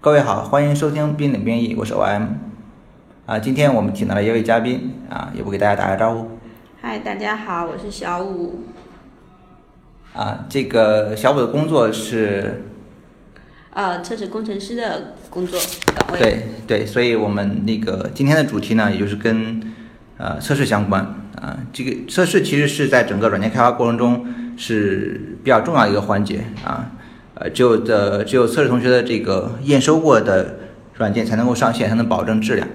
各位好，欢迎收听宾领编译，我是 OM。啊，今天我们请到了一位嘉宾啊，也不给大家打个招呼嗨，大家好，我是小五。啊。这个小五的工作是，呃，测试工程师的工作岗位。对对，所以我们那个今天的主题呢，也就是跟呃测试相关啊。这个测试其实是在整个软件开发过程中是比较重要的一个环节啊。呃，只有的只有测试同学的这个验收过的软件才能够上线，才能保证质量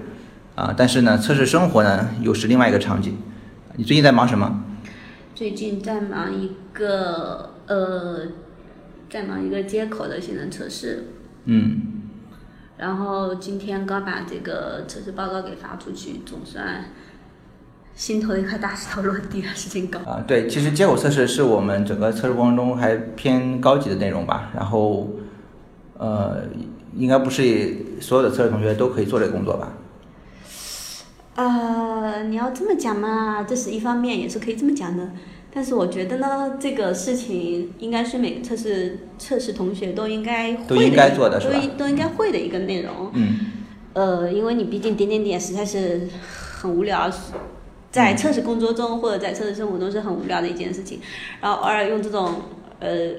啊。但是呢，测试生活呢又是另外一个场景。你最近在忙什么？最近在忙一个呃，在忙一个接口的性能测试，嗯，然后今天刚把这个测试报告给发出去，总算心头的一块大石头落地了，事情搞。啊，对，其实接口测试是我们整个测试过程中还偏高级的内容吧。然后，呃，应该不是所有的测试同学都可以做这个工作吧？呃，你要这么讲嘛，这是一方面，也是可以这么讲的。但是我觉得呢，这个事情应该是每个测试测试同学都应该会都的一应该做的是吧都应都应该会的一个内容。嗯，呃，因为你毕竟点点点实在是很无聊，在测试工作中或者在测试生活中是很无聊的一件事情，然后偶尔用这种呃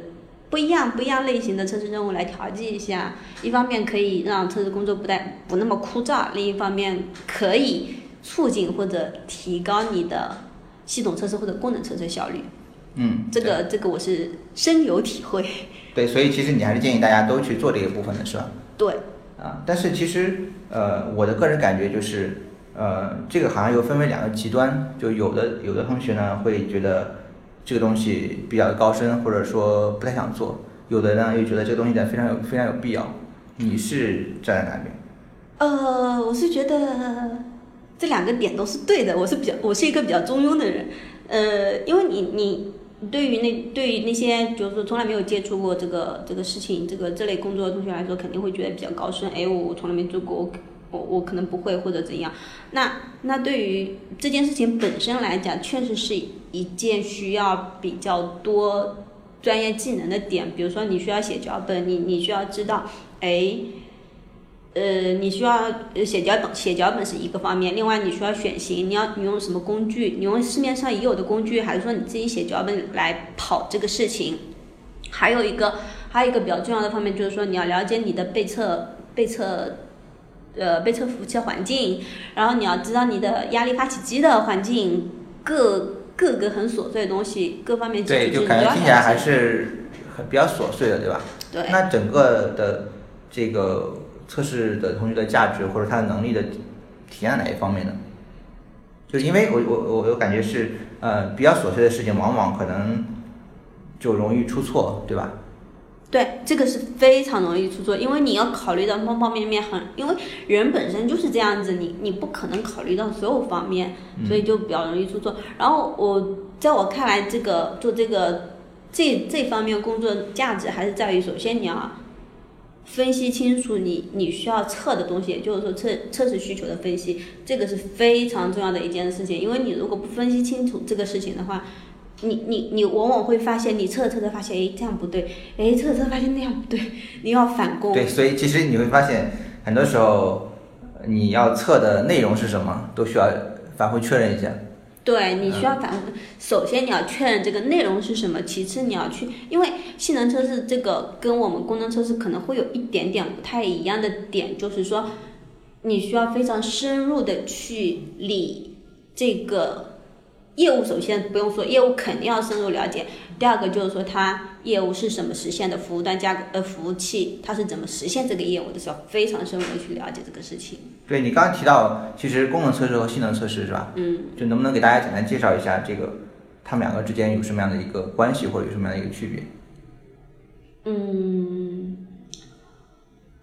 不一样不一样类型的测试任务来调剂一下，一方面可以让测试工作不带不那么枯燥，另一方面可以促进或者提高你的系统测试或者功能测试效率。嗯，这个这个我是深有体会，对，所以其实你还是建议大家都去做这个部分的是吧？对。啊，但是其实呃，我的个人感觉就是，呃，这个好像又分为两个极端，就有的有的同学呢会觉得这个东西比较高深，或者说不太想做；有的呢又觉得这个东西呢非常有非常有必要。你是站在哪边？呃，我是觉得这两个点都是对的。我是比较，我是一个比较中庸的人。呃，因为你你对于那对于那些就是说从来没有接触过这个这个事情这个这类工作的同学来说，肯定会觉得比较高深。哎，我我从来没做过，我我我可能不会或者怎样。那那对于这件事情本身来讲，确实是一件需要比较多专业技能的点。比如说，你需要写脚本，你你需要知道，哎。呃，你需要呃写脚本，写脚本是一个方面，另外你需要选型，你要你用什么工具，你用市面上已有的工具，还是说你自己写脚本来跑这个事情？还有一个，还有一个比较重要的方面就是说，你要了解你的被测被测，呃被测服务器的环境，然后你要知道你的压力发起机的环境，各各个很琐碎的东西，各方面基础对，知识就你都要感觉了听起来还解。是很比较琐碎的，对吧？对，那整个的这个测试的同学的价值或者他的能力的体体现在哪一方面呢？就是因为我我我我感觉是呃比较琐碎的事情，往往可能就容易出错，对吧？嗯对，这个是非常容易出错，因为你要考虑到方方面面很，因为人本身就是这样子，你你不可能考虑到所有方面，嗯所以就比较容易出错。然后我在我看来，这个做这个这这方面工作价值还是在于，首先你要分析清楚你你需要测的东西，也就是说测测试需求的分析，这个是非常重要的一件事情，因为你如果不分析清楚这个事情的话。你你你往往会发现，你测着测着发现，哎，这样不对，哎，测着测着发现那样不对，你要反攻。对，所以其实你会发现，很多时候呃你要测的内容是什么，都需要返回确认一下。对，你需要反复。首先你要确认这个内容是什么，其次你要去，因为性能测试这个跟我们功能测试可能会有一点点不太一样的点，就是说你需要非常深入的去理这个业务。首先不用说，业务肯定要深入了解。第二个就是说，它业务是怎么实现的，服务端架构呃服务器它是怎么实现这个业务的时候，非常深入的去了解这个事情。对你刚刚提到，其实功能测试和性能测试是吧？嗯，就能不能给大家简单介绍一下这个，他们两个之间有什么样的一个关系，或者有什么样的一个区别？嗯，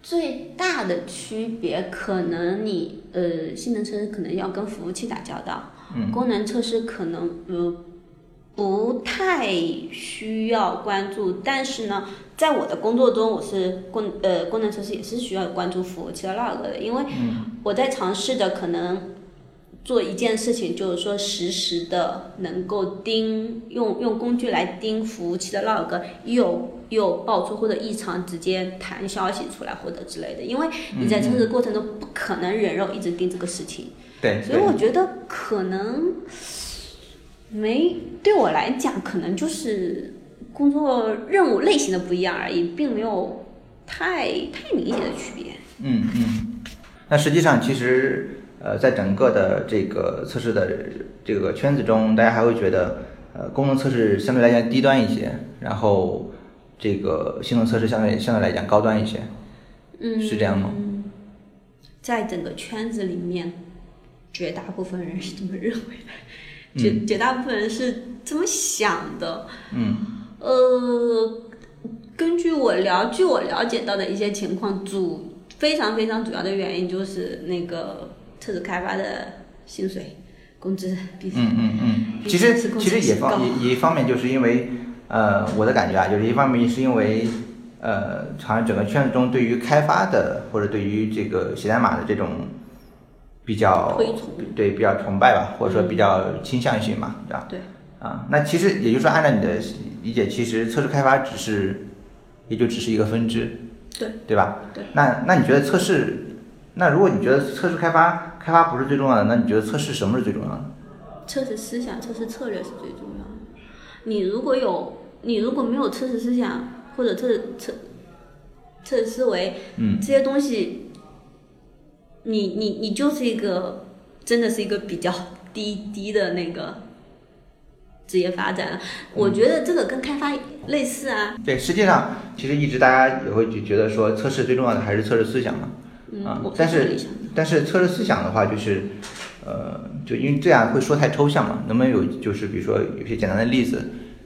最大的区别可能你呃，性能测试可能要跟服务器打交道，嗯功能测试可能呃不太需要关注，但是呢，在我的工作中，我是功呃功能测试也是需要关注服务器的 log 的，因为我在尝试的可能做一件事情，就是说实时的能够盯用用工具来盯服务器的 log，有有报错或者异常，直接弹消息出来或者之类的，因为你在测试过程中不可能人肉一直盯这个事情，哎对，所以我觉得可能没对我来讲，可能就是工作任务类型的不一样而已，并没有太太明显的区别。嗯嗯，那实际上其实呃，在整个的这个测试的这个圈子中，大家还会觉得呃，功能测试相对来讲低端一些，然后这个性能测试相对相对来讲高端一些，嗯，是这样吗？在整个圈子里面，绝大部分人是这么认为 的，绝、绝大部分人是这么想的。嗯呃，根据我了，据我了解到的一些情况，主非常非常主要的原因就是那个测试开发的薪水、工资比、嗯嗯嗯，其实是工其实也资方高也也一方面就是因为呃，我的感觉啊，就是一方面是因为呃，好像整个圈子中对于开发的或者对于这个写代码的这种比较推崇对比较崇拜吧，或者说嗯比较倾向性嘛，对吧？对。啊，那其实也就是说，按照你的理解，其实测试开发只是，也就只是一个分支，对对吧？对。那那你觉得测试，那如果你觉得测试开发开发不是最重要的，那你觉得测试什么是最重要的？测试思想、测试策略是最重要的。你如果有，你如果没有测试思想或者测测测试思维，嗯这些东西，你你你就是一个真的是一个比较低低的那个职业发展。嗯我觉得这个跟开发类似啊，对，实际上其实一直大家也会觉觉得说，测试最重要的还是测试思想嘛。嗯，啊我但是这么理想但是测试思想的话，就是，呃，就因为这样会说太抽象嘛，能不能有就是比如说有些简单的例子，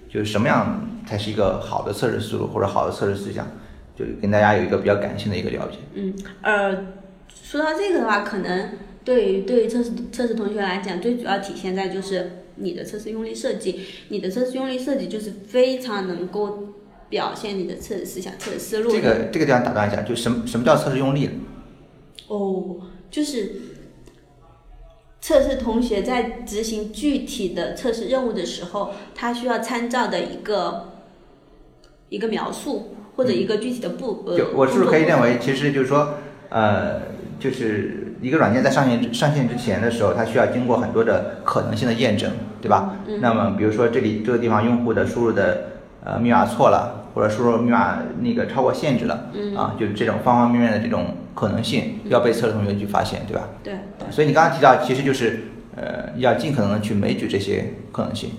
就是什么样才是一个好的测试思路或者好的测试思想，就跟大家有一个比较感性的一个了解。嗯，呃，说到这个的话，可能对于对于测试测试同学来讲，最主要体现在就是你的测试用力设计，你的测试用力设计就是非常能够表现你的测试思想、测试思路这的。个这个地方打断一下，就什么什么叫测试用力？哦，就是测试同学在执行具体的测试任务的时候，他需要参照的一个一个描述或者一个具体的步。呃嗯就我是不是可以工作认为，其实就是说，呃，就是一个软件在上线上线之前的时候，它需要经过很多的可能性的验证，对吧？嗯那么比如说这里这个地方用户的输入的呃密码错了，或者输入密码那个超过限制了，嗯啊，就是这种方方面面的这种可能性要被测试同学去发现，对吧？对对。所以你刚刚提到，其实就是呃，要尽可能的去枚举这些可能性，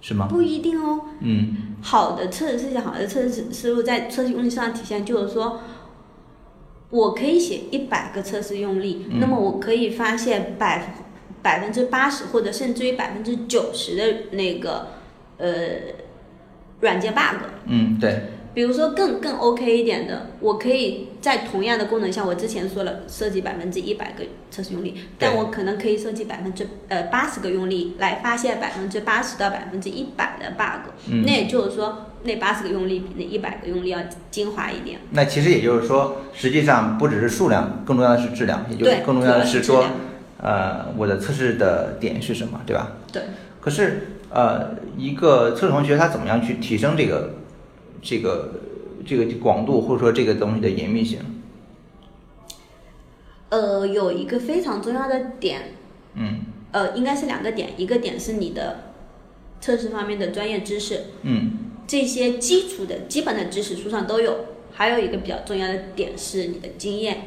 是吗？不一定哦，嗯好的测试思想，好的测试思路在测试用力上的体现，就是说，我可以写一百个测试用力，嗯那么我可以发现百百分之八十或者甚至于百分之九十的那个呃软件 bug。嗯，对。比如说更更 OK 一点的，我可以在同样的功能下，我之前说了设计百分之一百个测试用力，但对我可能可以设计百分之呃八十个用力来发现百分之八十到百分之一百的 bug，、嗯那也就是说那八十个用力比那一百个用力要精华一点。那其实也就是说，实际上不只是数量，更重要的是质量，也就是对，更重要的是主要说质，量呃，我的测试的点是什么，对吧？对，可是，呃，一个测试同学他怎么样去提升这个、这个、这个广度，或者说这个东西的严密性？呃，有一个非常重要的点，嗯呃，应该是两个点，一个点是你的测试方面的专业知识，嗯这些基础的基本的知识书上都有。还有一个比较重要的点是你的经验，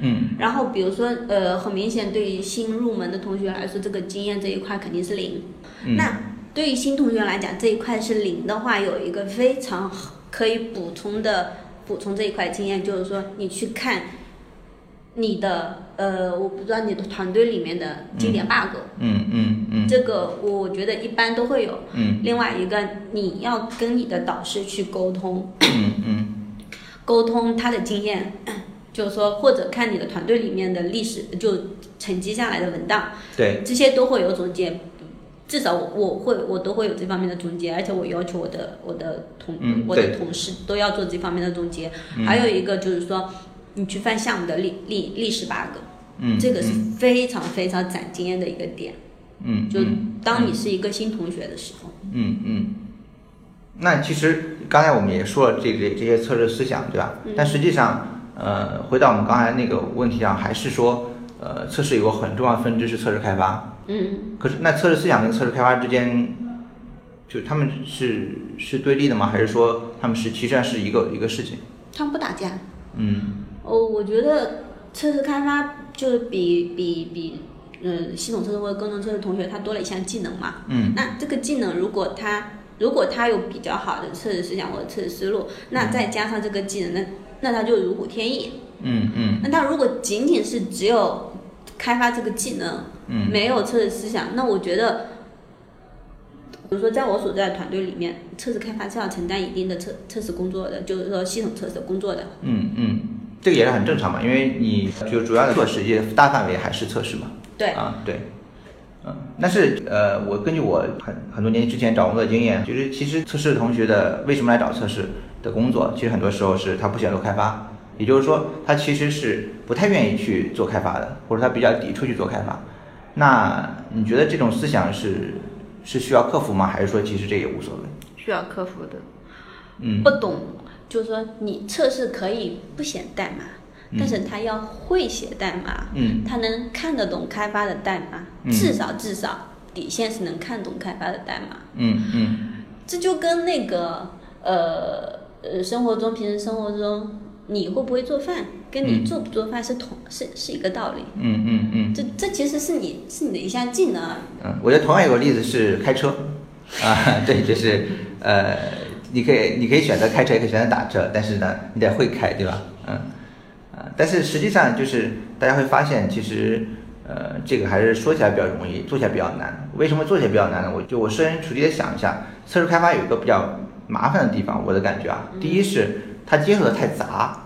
嗯然后比如说，呃，很明显对于新入门的同学来说，这个经验这一块肯定是零。嗯，那对于新同学来讲，这一块是零的话，有一个非常可以补充的补充这一块经验，就是说你去看你的呃，我不知道你的团队里面的经典 bug，、嗯嗯嗯这个我觉得一般都会有。嗯另外一个，你要跟你的导师去沟通，嗯嗯沟通他的经验， 就是说或者看你的团队里面的历史，就沉积下来的文档，嗯，对，这些都会有总结。至少我我会我都会有这方面的总结，而且我要求我的我的同、嗯我的对同事都要做这方面的总结。嗯还有一个就是说，你去翻项目的历历历史 bug，嗯，这个是嗯非常非常攒经验的一个点。嗯，就嗯当你是一个新同学的时候，嗯嗯。那其实刚才我们也说了这这这些测试思想，对吧？但实际上，呃，回到我们刚才那个问题上，还是说，呃，测试有个很重要的分支是测试开发。嗯，可是那测试思想跟测试开发之间，就他们是是对立的吗？还是说他们是其实上是一个一个事情？他们不打架。嗯哦，我觉得测试开发就是比比比，嗯，系统测试或者工程测试同学他多了一项技能嘛。嗯那这个技能如果他如果他有比较好的测试思想或者测试思路，那再加上这个技能，那那他就如虎添翼。嗯嗯那他如果仅仅是只有开发这个技能，嗯没有测试思想，那我觉得，比如说在我所在的团队里面，测试开发是要承担一定的测测试工作的，就是说系统测试工作的。嗯嗯，这个也是很正常嘛，因为你就主要的测试也大范围还是测试嘛。对，啊，对，嗯，但是呃，我根据我很很多年之前找工作的经验，就是其实测试同学的为什么来找测试的工作，其实很多时候是他不想做开发，也就是说他其实是不太愿意去做开发的，或者他比较抵触去做开发。那你觉得这种思想是是需要克服吗？还是说其实这也无所谓？需要克服的。嗯不懂，就是说你测试可以不写代码，但是他要会写代码，嗯他能看得懂开发的代码，嗯至少至少底线是能看懂开发的代码。嗯嗯这就跟那个呃呃生活中平时生活中你会不会做饭，跟你嗯做不做饭是同、是是一个道理。嗯嗯嗯这这其实是你是你的一项技能而已。嗯，我觉得同样有个例子是开车，啊， 对，就是呃，你可以你可以选择开车，也可以选择打车，但是呢，你得会开，对吧？嗯，啊，但是实际上就是大家会发现，其实呃，这个还是说起来比较容易，做起来比较难。为什么做起来比较难呢？我就我设身处地的想一下，测试开发有一个比较麻烦的地方，我的感觉啊，第一是它接触的太杂。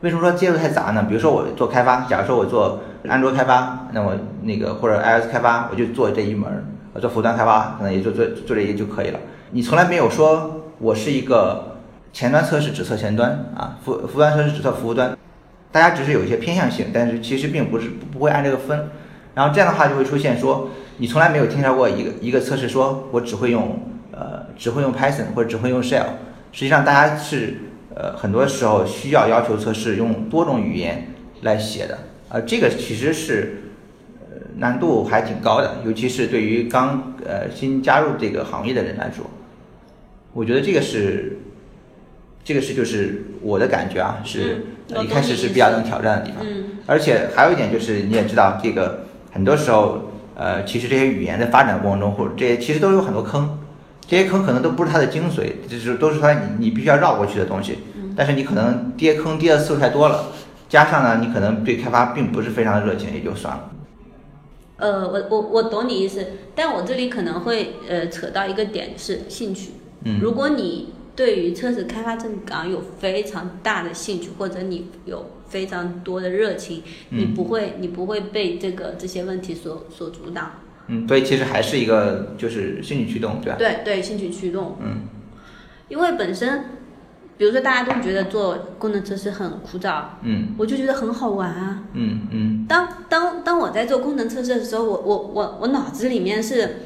为什么说接触太杂呢？比如说我做开发，假如说我做安卓开发，那我那个或者 iOS 开发，我就做这一门儿；我做服务端开发，可能也就做做这一就可以了。你从来没有说我是一个前端测试只测前端啊，服服务端测试只测服务端，大家只是有一些偏向性，但是其实并不是不不会按这个分。然后这样的话就会出现说，你从来没有听到过一个一个测试说我只会用呃只会用 Python 或者只会用 Shell，实际上大家是呃很多时候需要要求测试用多种语言来写的，呃这个其实是呃难度还挺高的，尤其是对于刚呃新加入这个行业的人来说，我觉得这个是这个是就是我的感觉啊，是嗯呃我一懂开你始意是比思较能挑战的地方。嗯而且还有一点就是，你也知道，这个很多时候，呃，其实这些语言在发展过程中，或者这些其实都有很多坑，这些坑可能都不是它的精髓，就是都是它你你必须要绕过去的东西。嗯但是你可能跌坑跌的次数太多了，加上呢，你可能对开发并不是非常的热情，也就算了。呃，我我我懂你意思，但我这里可能会呃扯到一个点是兴趣。嗯如果你对于测试开发这岗有非常大的兴趣，或者你有非常多的热情，你嗯不会你不会被这个这些问题所所阻挡。嗯，所以其实还是一个就是兴趣驱动，对吧？啊对对，兴趣驱动，嗯因为本身，比如说大家都觉得做功能测试很枯燥，嗯我就觉得很好玩啊。嗯嗯当当当我在做功能测试的时候，我我我我脑子里面是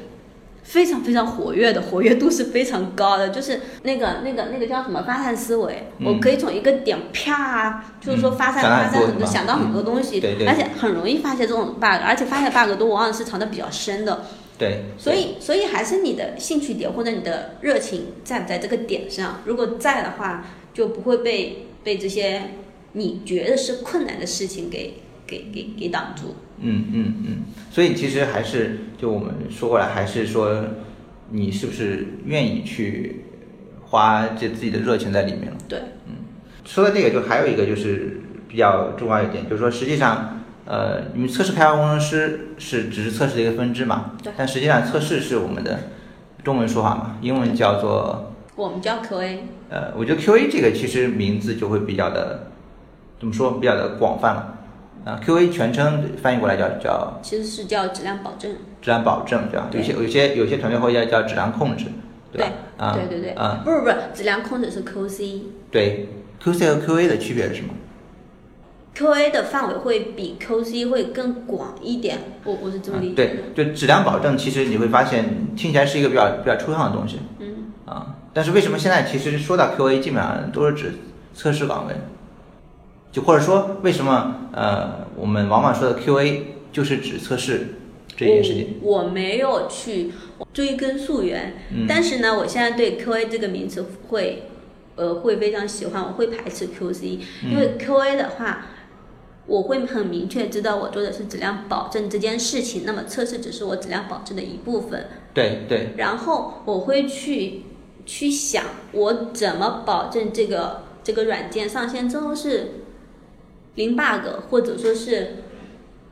非常非常活跃的，活跃度是非常高的，就是那个那个那个叫什么发散思维，嗯我可以从一个点啪，就是说发散、想到发很多散很多，是吧想到很多东西，嗯对对而且很容易发现这种 bug，而且发现 bug 都往往是藏的比较深的，对，所以所以还是你的兴趣点或者你的热情在不在这个点上，如果在的话，就不会被被这些你觉得是困难的事情给给给给挡住。嗯嗯嗯，所以其实还是就我们说过来，还是说你是不是愿意去花这自己的热情在里面了。对，说到这个，就还有一个就是比较重要一点，就是说实际上，呃，你们测试开发工程师是只是测试的一个分支嘛，对但实际上测试是我们的中文说法嘛，英文叫做我们叫 QA，呃，我觉得 QA 这个其实名字就会比较的怎么说，比较的广泛了。啊，QA 全称翻译过来叫叫其实是叫质量保证。质量保证，对吧？有对些有些有些团队会叫叫质量控制，吧？啊，对对对，啊，不是不是，质量控制是 QC，对，QC 和 QA 的区别是什么？ QA 的范围会比 QC 会更广一点，我我是这么理嗯解。对，就质量保证，其实你会发现听起来是一个比较比较抽象的东西嗯，啊。但是为什么现在其实说到 QA，基本上都是指测试岗位，就或者说为什么呃我们往往说的 QA 就是指测试这件事情。我我没有去追根溯源，嗯但是呢，我现在对 QA 这个名词会，呃，会非常喜欢，我会排斥 QC，因嗯为 QA 的话，我会很明确知道我做的是质量保证这件事情，那么测试只是我质量保证的一部分，对对，然后我会去去想我怎么保证这个这个软件上线之后是零 bug，或者说是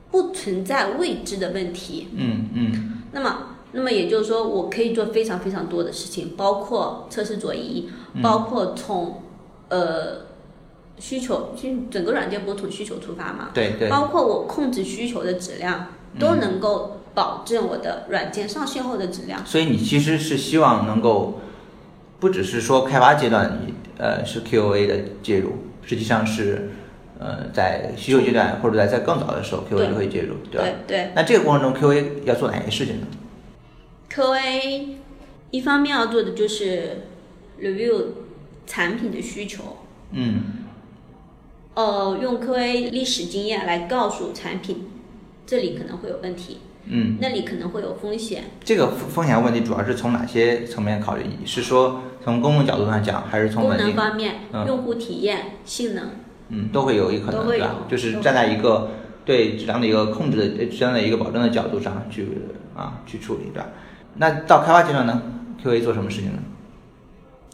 不存在未知的问题。嗯嗯那么，那么也就是说，我可以做非常非常多的事情，包括测试左移，包括从、呃需求，就整个软件不是从需求出发嘛，对对包括我控制需求的质量，都能够保证我的软件上线后的质量。所以你其实是希望能够，不只是说开发阶段，你呃是 QA 的介入，实际上是呃在需求阶段或者在在更早的时候对 QA 就会介入，吧？对对那这个过程中 QA 要做哪些事情呢？ ，QA 一方面要做的就是 review 产品的需求，嗯呃，用 QA 历史经验来告诉产品这里可能会有问题，嗯，那里可能会有风险。这个风风险问题主要是从哪些层面考虑？你是说从公共角度上讲，还是从功稳能定？方面、嗯用户体验、性能，嗯，都会有一可都能，会对吧有？就是都会站在一个对质量的一个控制的、呃对质量的一个保证的角度上去啊去处理，对吧？那到开发阶段呢，QA 做什么事情呢？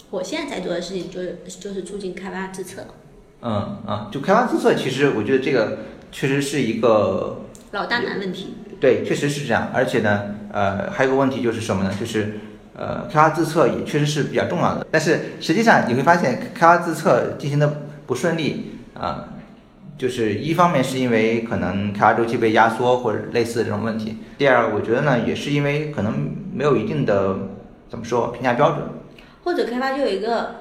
我现在在做的事情就是就是促进开发自测。嗯啊，就开发自测，其实我觉得这个确实是一个老大难问题，对，确实是这样。而且呢，呃，还有个问题就是什么呢？就是呃，开发自测也确实是比较重要的。但是实际上你会发现，开发自测进行的不顺利啊、就是一方面是因为可能开发周期被压缩或者类似的这种问题；第二，我觉得呢，也是因为可能没有一定的怎么说评价标准。或者开发就有一个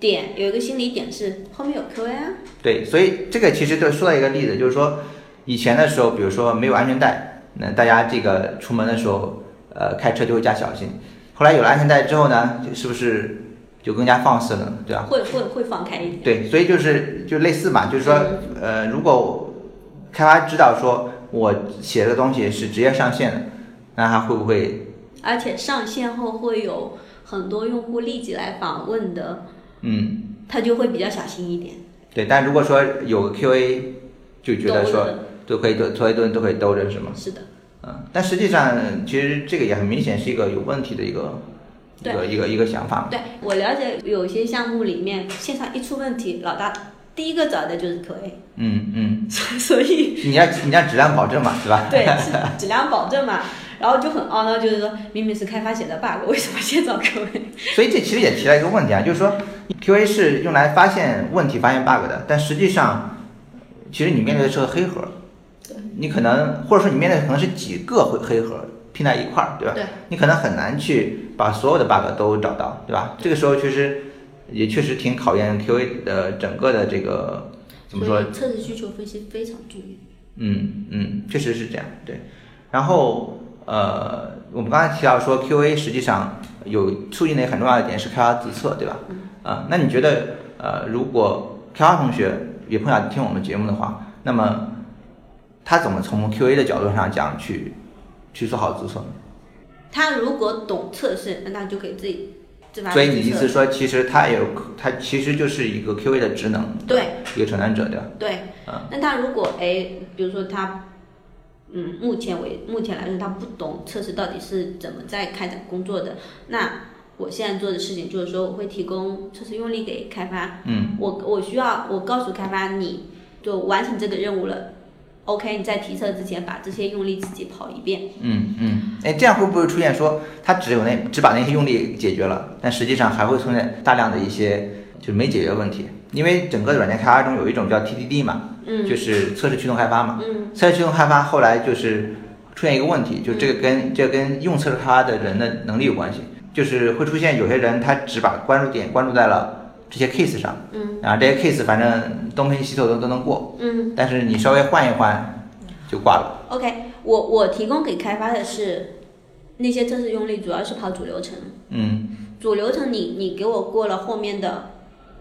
点，有一个心理点是后面有 QA 啊，对，所以这个其实就说到一个例子，就是说以前的时候，比如说没有安全带，那大家这个出门的时候，呃，开车就会加小心。后来有了安全带之后呢，就是不是就更加放肆了，对啊吧？会会会放开一点。对，所以就是就类似嘛，就是说，呃，如果开发知道说我写的东西是直接上线的，那他会不会而且上线后会有很多用户立即来访问的，嗯？他就会比较小心一点。对，但如果说有个 QA，就觉得兜着说都可以做做一顿都可以兜着，是吗？是的，嗯，但实际上，其实这个也很明显是一个有问题的一个一对个一个一个想法嘛。对我了解有些项目里面线上一出问题，老大第一个找的就是 QA，嗯嗯， 所以你要你要质量保证嘛，对吧？对，是质量保证嘛。然后就很懊恼，就是说明明是开发写的 bug，为 什么先找 QA？所以这其实也提到一个问题啊，就是说 QA 是用来发现问题、发现 bug 的，但实际上，其实你面对的是个黑盒，你可能或者说你面对的可能是几个黑黑盒拼在一块儿，对啊吧？对你可能很难去把所有的 bug 都找到，对吧？这个时候其实也确实挺考验 QA 的整个的这个怎么说所以测试需求分析非常重要。嗯，嗯，确实是这样，对。然后呃，我们刚才提到说 QA 实际上有促进的一个很重要的点是开发自测，对吧？嗯啊、那你觉得呃，如果开发同学也碰巧听我们节目的话，那么他怎么从 QA 的角度上讲去去做好自测呢？他如果懂测试，那他就可以自己自发所地以你去意测思说，其实他也有他其实就是一个 QA 的职能，对一个承担者，对吧？对嗯。那他如果哎，比如说他，嗯，目前为目前来说他不懂测试到底是怎么在开展工作的，那我现在做的事情就是说，我会提供测试用例给开发，嗯我我需要我告诉开发你就完成这个任务了，OK，你在提测之前把这些用力自己跑一遍。嗯嗯，哎，这样会不会出现说他只有那只把那些用力解决了，但实际上还会存在大量的一些就是没解决问题？因为整个软件开发中有一种叫 TDD 嘛，嗯就是测试驱动开发嘛。嗯，测试驱动开发后来就是出现一个问题，就嗯这个跟、这个跟用测试开发的人的能力有关系，就是会出现有些人他只把关注点关注在了这些 case 上，嗯啊，这些 case 反正东拼西凑都都能过，嗯但是你稍微换一换就挂了。 ，OK，我我提供给开发的是那些测试用例，主要是跑主流程。嗯主流程你你给我过了后面的，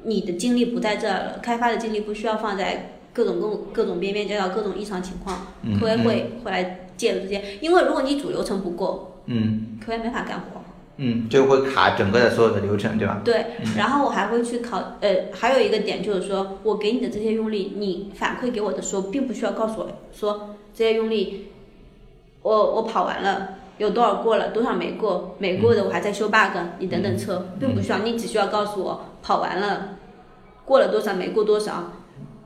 你的精力不在这儿了，开发的精力不需要放在各种各各种边边角角各种异常情况嗯，QA 会会来介入这些，因为如果你主流程不够嗯，QA 没法干活。嗯，就会卡整个的所有的流程，对吧？对，然后我还会去考，呃，还有一个点就是说我给你的这些用力，你反馈给我的时候，并不需要告诉我说这些用力，我我跑完了。有多少过了，多少没过，没过的我还在修 bug，、你等等测，并不需要，你只需要告诉我跑完了，过了多少，没过多少，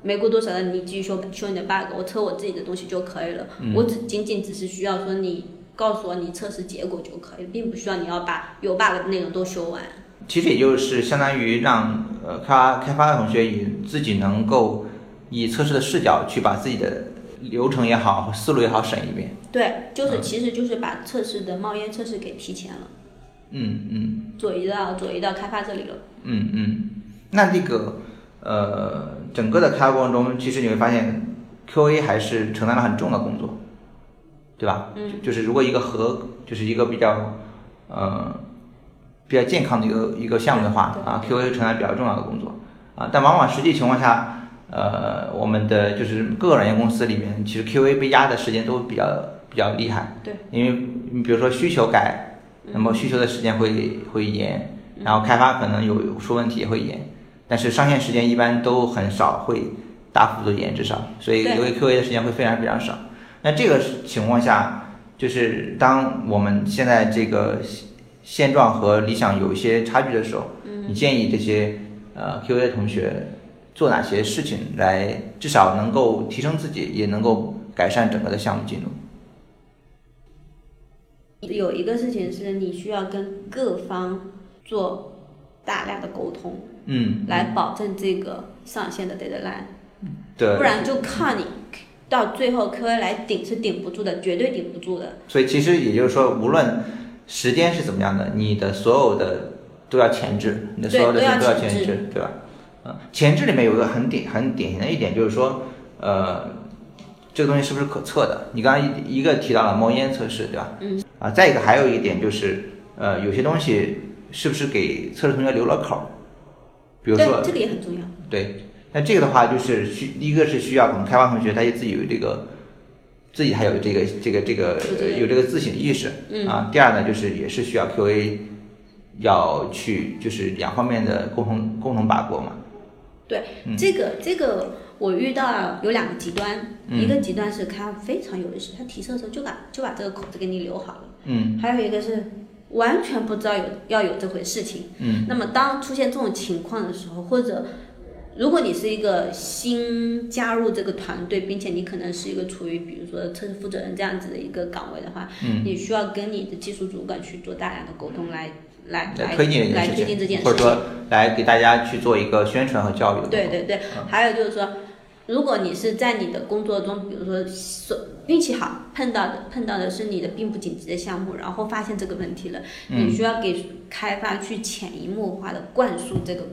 没过多少的你继续修修你的 bug，我测我自己的东西就可以了，我只仅仅只是需要说你告诉我你测试结果就可以，并不需要你要把有 bug 的内容都修完。其实也就是相当于让呃开发开发的同学以自己能够以测试的视角去把自己的流程也好、思路也好审一遍。对，就是嗯其实就是把测试的冒烟测试给提前了，嗯嗯左移到左移到开发这里了。嗯嗯。那这个呃整个的开发过程中，其实你会发现 QA 还是承担了很重的工作，对吧？嗯就是如果一个合就是一个比较呃比较健康的一个一个项目的话对啊，QA 承担比较重要的工作啊，但往往实际情况下，呃，我们的就是各个软件公司里面，其实 QA 被压的时间都比较比较厉害，对，因为你比如说需求改，那嗯么需求的时间会会延，然后开发可能有出问题也会延，但是上线时间一般都很少会大幅度延，至少，所以对留给 QA 的时间会非常非常少。那这个情况下，就是当我们现在这个现现状和理想有一些差距的时候，嗯你建议这些呃 QA 同学做哪些事情来至少能够提升自己，也能够改善整个的项目进度？有一个事情是你需要跟各方做大量的沟通，嗯，来保证这个上线的 deadline，对不，然就靠你到最后 QA 来顶是顶不住的，绝对顶不住的。所以其实也就是说，无论时间是怎么样的，你的所有的都要前置，你的所有的对事情都都要要前前置置，对吧？呃，前置里面有一个很典很典型的一点就是说，呃，这个东西是不是可测的？你刚刚一一个提到了冒烟测试，对吧？嗯。啊，再一个还有一点就是，呃，有些东西是不是给测试同学留了口儿？比如说对，，这个也很重要。对，那这个的话就是需一个是需要可能开发同学他也自己有这个，自己还有这个这个这个呃有有这个这个自省意识、嗯啊。第二呢，就是也是需要 QA 要去就是两方面的共同共同把握嘛。对，嗯这个这个我遇到有两个极端，嗯一个极端是他非常有意识，他提示的时候就把就把这个口子给你留好了。嗯还有一个是完全不知道有要有这回事情。嗯那么当出现这种情况的时候，或者如果你是一个新加入这个团队，并且你可能是一个处于比如说测试负责人这样子的一个岗位的话，嗯，你需要跟你的技术主管去做大量的沟通来，来来来推进来这推件进这事情，件事或情者。说来给大家去做一个宣传和教育的。对，对对，啊还有就是说，如果你是在你的工作中，比如说所运气好碰到的碰到的是你的并不紧急的项目，然后发现这个问题了，嗯你需要给开发去潜移默化的灌输这个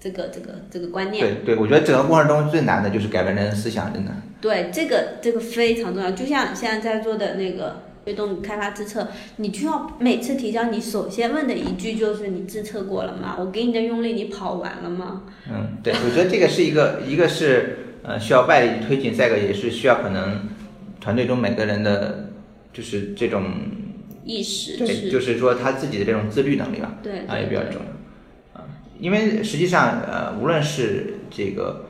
这个这个这个观念。对对，我觉得整个过程中最难的就是改变人的思想，真的。对，这个这个非常重要。就像现在在座的那个推动开发自测，你就要每次提交，你首先问的一句就是你自测过了吗？我给你的用力你跑完了吗？嗯，对，我觉得这个是一个，一个是呃需要外力推进，再一个也是需要可能团队中每个人的，就是这种，意识对，就是说他自己的这种自律能力吧，对啊也对比较对重要，啊，因为实际上呃无论是这个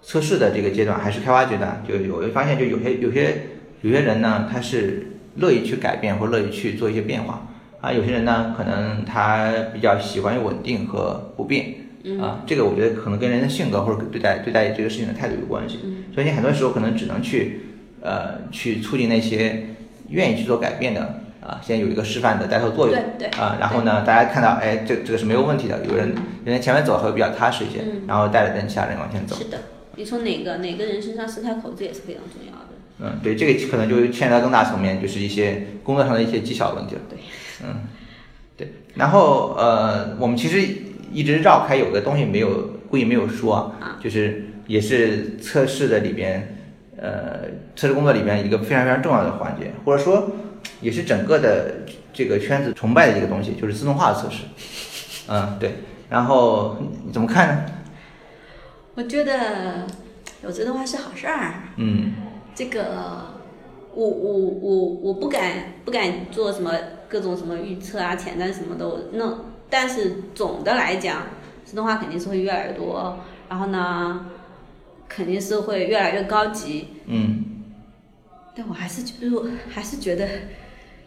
测试的这个阶段，还是开发阶段，就有会发现就有些有些有些人呢，他是乐意去改变或乐意去做一些变化。啊，有些人呢，可能他比较喜欢稳定和不变，嗯啊，这个我觉得可能跟人的性格或者对待对待这个事情的态度有关系。嗯所以你很多时候可能只能去呃去促进那些愿意去做改变的啊，先有一个示范的带头作用对对啊，然后呢，大家看到哎，这这个是没有问题的，有人人在前面走会比较踏实一些，然后带着人其他人往前走。是的，你从哪个哪个人身上撕开口子也是非常重要的。嗯，对，这个可能就牵扯到更大层面，就是一些工作上的一些技巧问题了。对，嗯，对。然后呃，我们其实一直绕开有个东西没有故意没有说，啊就是也是测试的里边，呃，测试工作里边一个非常非常重要的环节，或者说也是整个的这个圈子崇拜的一个东西，就是自动化的测试。嗯，对。然后你怎么看呢？我觉得有自动化是好事儿。嗯这个我我我我不敢不敢做什么各种什么预测啊、前瞻什么的，我那但是总的来讲，自动化肯定是会越来越多，然后呢，肯定是会越来越高级。嗯，但我还是觉得，我还是觉得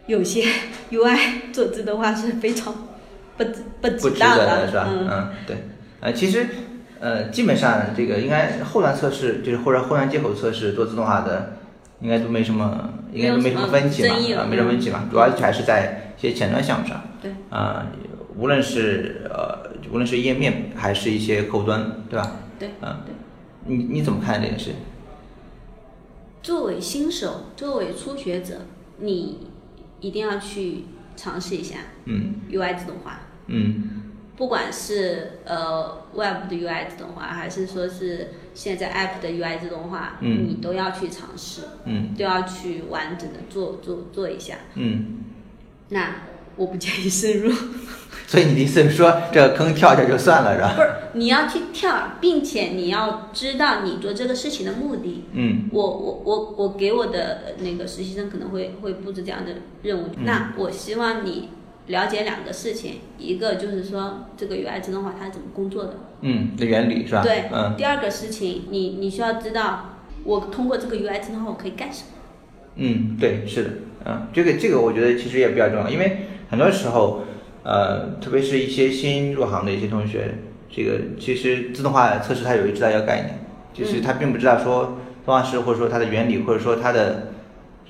有些 UI 做自动化是非常不值不不值值当得的，的是吧？嗯，嗯，对。呃，其实呃，基本上这个应该后端测试，就是或者后端接口测试做自动化的，应该都没什么，应该都没什么分歧嘛没有什么争议，啊、了嗯没什么分歧嘛，主要还是在一些前端项目上。对。啊、无论是呃，无论是页面还是一些客户端，对吧？对嗯对。你你怎么看这件事？作为新手，作为初学者，你一定要去尝试一下嗯 UI 自动化，嗯不管是呃 Web 的 UI 自动化，还是说是现在 App 的 UI 自动化，嗯你都要去尝试，嗯都要去完整的做做做一下。嗯，那我不建议深入，所以你的意思是说，这个坑跳跳就算了是吧？不是你要去跳，并且你要知道你做这个事情的目的。嗯我我我我给我的那个实习生可能会会布置这样的任务。嗯那我希望你了解两个事情，一个就是说这个 UI 自动化它是怎么工作的，嗯，的原理是吧？对。嗯第二个事情，你你需要知道我通过这个 UI 自动化我可以干什么。嗯，对，是的，嗯，这个这个我觉得其实也比较重要，因为很多时候，呃，特别是一些新入行的一些同学，这个其实自动化测试它有一知道一个概念，就是他并不知道说呃自动化师或者说它的原理或者说它的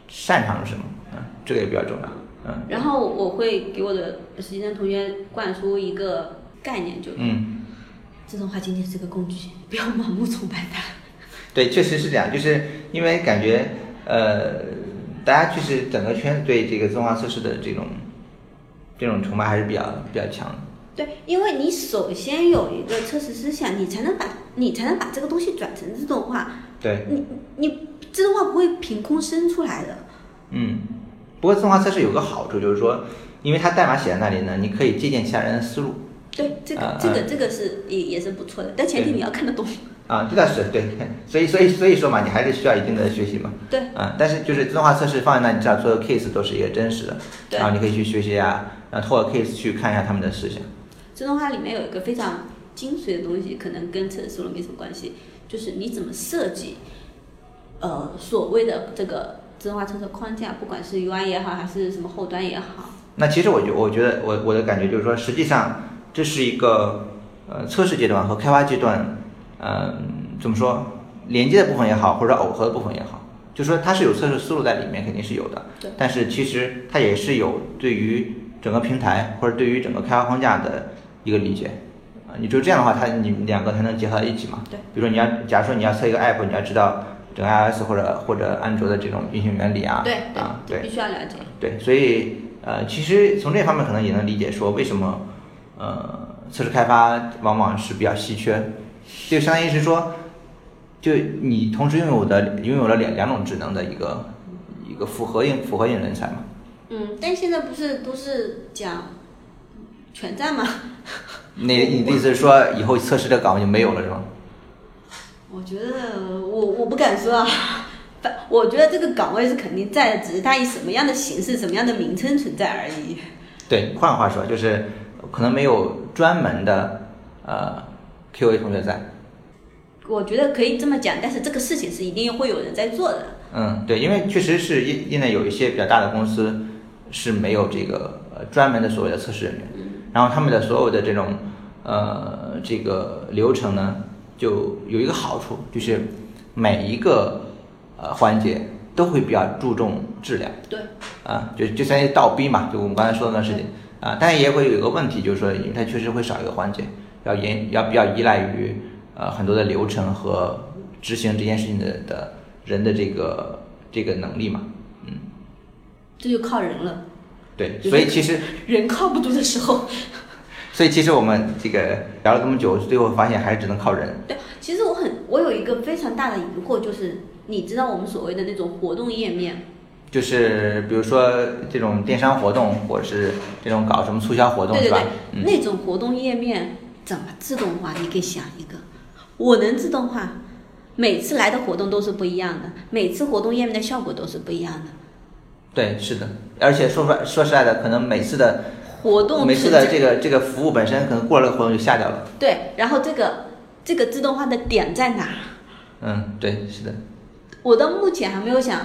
擅长是什么，嗯，这个也比较重要，嗯然后我会给我的实习生同学灌输一个概念，就是嗯，自动化仅仅是个工具，不要盲目崇拜它。对，确实是这样，就是因为感觉呃，大家就是整个圈子对这个自动化测试的这种这种崇拜还是比较比较强的，对，因为你首先有一个测试思想，你才能把你才能把这个东西转成自动化。对。你你自动化不会凭空生出来的。嗯，不过自动化测试有个好处就是说，因为它代码写在那里呢，你可以借鉴其他人的思路对，这个、啊这个啊这个是也也是不错的，但前提对你要看得懂。啊，这倒是对，所以所以所以说嘛，你还是需要一定的学习嘛，对啊，但是就是自动化测试放在那里，至少所有 case 都是一个真实的，对然后你可以去学习啊，然后透过 case 去看一下他们的思想，自动化里面有一个非常精髓的东西，可能跟成熟了没什么关系，就是你怎么设计，呃，所谓的这个自动化测试框架，不管是 UI 也好，还是什么后端也好，那其实我觉我觉得我我的感觉就是说，实际上这是一个呃测试阶段和开发阶段，嗯、怎么说连接的部分也好，或者耦合的部分也好，就说它是有测试思路在里面，肯定是有的。对但是其实它也是有对于整个平台或者对于整个开发框架的一个理解。啊，你就这样的话，它你们两个才能结合在一起嘛。对。比如说你要，假如说你要测一个 app，你要知道整个 iOS 或者或者安卓的这种运行原理啊，对啊，对，必须要了解。对，所以呃，其实从这方面可能也能理解说为什么呃测试开发往往是比较稀缺，就相当于是说，就你同时拥有的拥有了两两种职能的一个一个符合应符合应人才嘛。嗯，但现在不是都是讲全站吗？你你的意思是说以后测试的岗位就没有了是吗？我觉得我我不敢说啊， 反我觉得这个岗位是肯定在的，只是它以什么样的形式、什么样的名称存在而已。对，换个话说就是可能没有专门的呃 QA 同学在。我觉得可以这么讲，但是这个事情是一定会有人在做的。嗯，对，因为确实是业业内有一些比较大的公司是没有这个呃专门的所谓的测试人员，然后他们的所有的这种呃这个流程呢，就有一个好处，就是每一个呃环节都会比较注重质量对，啊，就就相当于倒逼嘛，就我们刚才说的那事情啊，但是也会有一个问题，就是说，因为它确实会少一个环节，要严要比较依赖于呃很多的流程和执行这件事情的的人的这个这个能力嘛，嗯，这就靠人了。 对，对所以其实人靠不住的时候，所以其实我们这个聊了这么久，最后发现还是只能靠人。对，其实我很，我有一个非常大的疑惑，就是你知道我们所谓的那种活动页面，就是比如说这种电商活动，或者是这种搞什么促销活动，对对是吧对？，嗯，那种活动页面怎么自动化？你给想一个，我能自动化，每次来的活动都是不一样的，每次活动页面的效果都是不一样的。对，是的。而且说出来说实在的，可能每次的活动每次的呈现这个这个服务本身，可能过了活动就下掉了。对，然后这个这个自动化的点在哪？嗯，对，是的，我到目前还没有想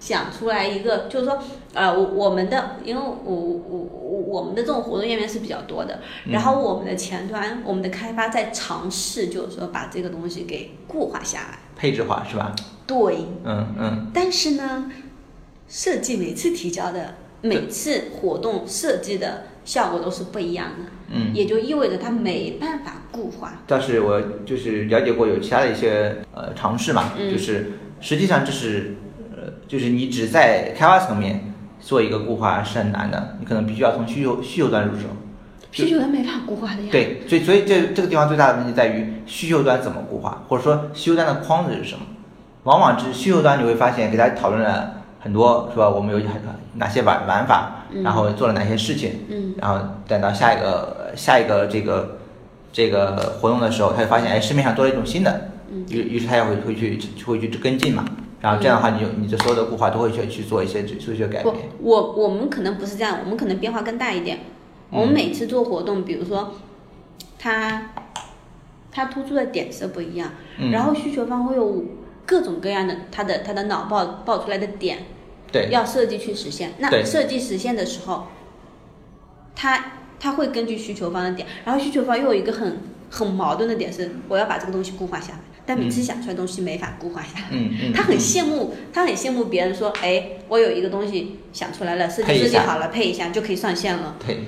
想出来一个，就是说，呃，我我们的，因为我我我我们的这种活动页面是比较多的，嗯然后我们的前端，我们的开发在尝试，就是说把这个东西给固化下来。配置化是吧？对，嗯嗯，但是呢，设计每次提交的、每次活动设计的效果都是不一样的，嗯也就意味着它没办法固化。但是我就是了解过有其他的一些呃尝试嘛，嗯就是实际上这是呃，就是你只在开发层面做一个固化是很难的，你可能必须要从需求需求端入手。需求它没法固化的呀。，对，所以所以这这个地方最大的问题在于需求端怎么固化，或者说需求端的框子是什么。往往是需求端你会发现，给大家讨论了很多，是吧？我们有很哪些玩玩法，嗯然后做了哪些事情，嗯然后等到下一个下一个这个这个活动的时候，他就发现，哎，市面上多了一种新的，嗯于于是他也会会去会去跟进嘛。然后这样的话，你就你的所有的固化都会去去做一些做一些改不变。，我我们可能不是这样，我们可能变化更大一点。嗯我们每次做活动，比如说，它它突出的点是不一样，嗯然后需求方会有各种各样的它的它的脑爆爆出来的点，对，要设计去实现。那对设计实现的时候，它它会根据需求方的点，然后需求方又有一个很很矛盾的点是，我要把这个东西固化下来，但每次嗯想出来的东西没法固化下来。嗯嗯，他很嗯羡慕，他很羡慕别人说，哎，我有一个东西想出来了，设计配一设计下好了，配一下就可以上线了。对。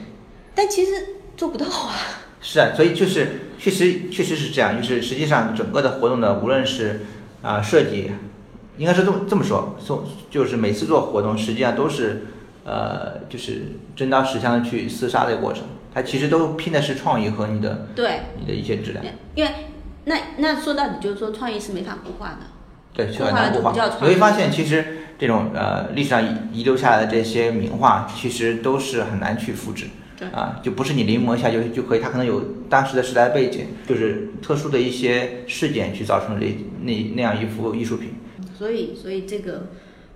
但其实做不到啊。是啊，所以就是确实确实是这样，就是实际上整个的活动呢，无论是啊、设计，应该是这么这么说，从就是每次做活动，实际上都是呃就是真刀实枪的去厮杀的过程，它其实都拼的是创意和你的对，嗯你的一些质量，因为那那说到底就是说创意是没法固化的。对，固去化很难就固不化叫。创你会意发现，其实这种呃历史上遗遗留下来的这些名画，其实都是很难去复制。对啊，就不是你临摹一下就就可以，它可能有当时的时代背景，就是特殊的一些事件去造成这那那样一幅艺术品。所以所以这个，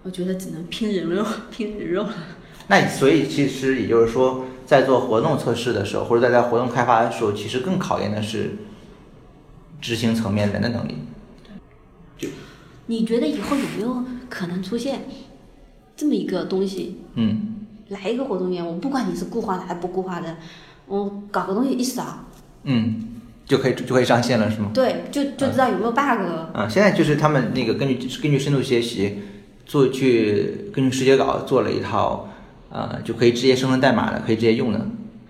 我觉得只能拼人肉，拼人肉了。 那所以其实也就是说，在做活动测试的时候，或者在在活动开发的时候，其实更考验的是执行层面人的能力。你觉得以后有没有可能出现这么一个东西？嗯，来一个活动员，我不管你是固化的还不固化的，我搞个东西一扫，嗯，就可以就可以上线了，是吗？对，就就知道有没有 bug 了。啊，现在就是他们那个根据根据深度学习做去根据视觉稿做了一套，呃，就可以直接生成代码的，可以直接用的，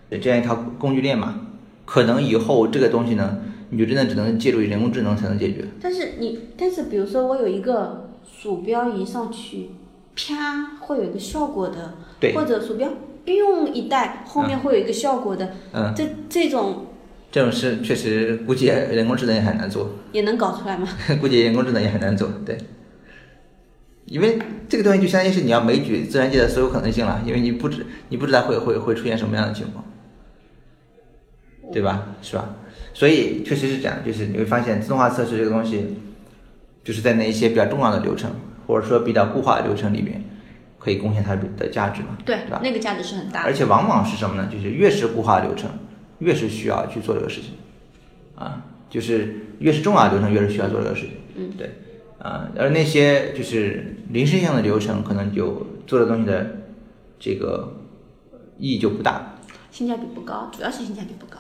对这样一套工具链嘛。可能以后这个东西呢，你就真的只能借助于人工智能才能解决。但是你，但是比如说我有一个鼠标移上去，啪会有一个效果的，对或者鼠标 biu 一带，后面会有一个效果的，嗯，这这种这种事确实估计人工智能也很难做，也能搞出来吗？ 估计人工智能也很难做，对。因为这个东西就相当于是你要枚举自然界的所有可能性了，因为你不知你不知道会会会出现什么样的情况。对吧？是吧？所以确实是这样，就是你会发现自动化测试这个东西，就是在那一些比较重要的流程，或者说比较固化的流程里面，可以贡献它的价值嘛？对，吧？那个价值是很大而的。且往往是什么呢？就是越是固化的流程，越是需要去做这个事情，啊，就是越是重要的流程，越是需要做这个事情。嗯，对，啊，而那些就是临时性的流程，可能就做的东西的这个意义就不大。性价比不高，主要是性价比不高。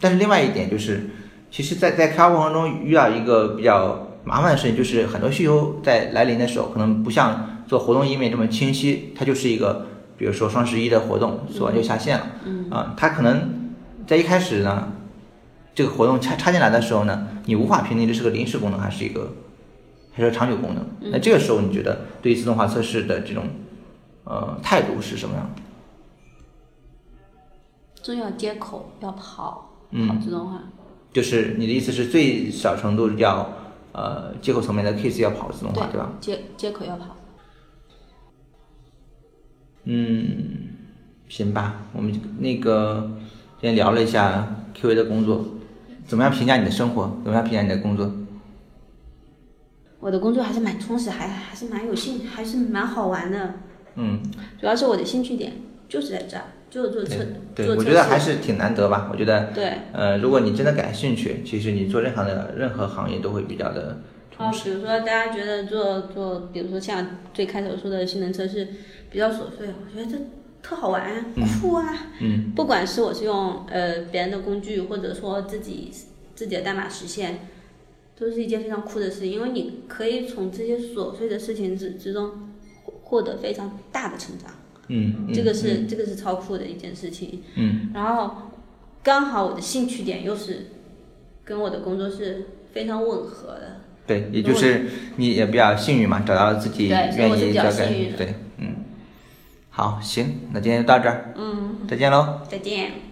但是另外一点就是，其实在，在开发过程中遇到一个比较麻烦的事情，就是很多需求在来临的时候，可能不像做活动页面这么清晰，它就是一个，比如说双十一的活动做完就下线了，嗯啊、它可能在一开始呢，这个活动插插进来的时候呢，你无法评定这是个临时功能还是一个还是个长久功能。那这个时候，你觉得对于自动化测试的这种呃态度是什么样的？重要接口要跑，嗯跑自动化。就是你的意思是最小程度要呃接口层面的 case 要跑自动化，对吧？接接口要跑。嗯，行吧，我们那个今天聊了一下 QA 的工作，怎么样评价你的生活？怎么样评价你的工作？我的工作还是蛮充实，还还是蛮有兴，还是蛮好玩的。嗯，主要是我的兴趣点就是在这儿，就是做测对，对，做测嗯我觉得试还是挺难得吧。我觉得，对。呃，如果你真的感兴趣，其实你做任何的任何行业都会比较的充啊，实。比如说大家觉得做做，比如说像最开头说的性能测试比较琐碎，我觉得这特好玩啊、酷啊。嗯不管是我是用呃别人的工具，或者说自己自己的代码实现，都是一件非常酷的事，因为你可以从这些琐碎的事情之之中获获得非常大的成长。嗯，嗯这个是、这个是超酷的一件事情。嗯然后刚好我的兴趣点又是跟我的工作是非常吻合的，对，也就是你也比较幸运嘛，找到自己对所以我愿是意比较交幸给运的对，嗯，好，行，那今天就到这儿，嗯，再见喽。再见。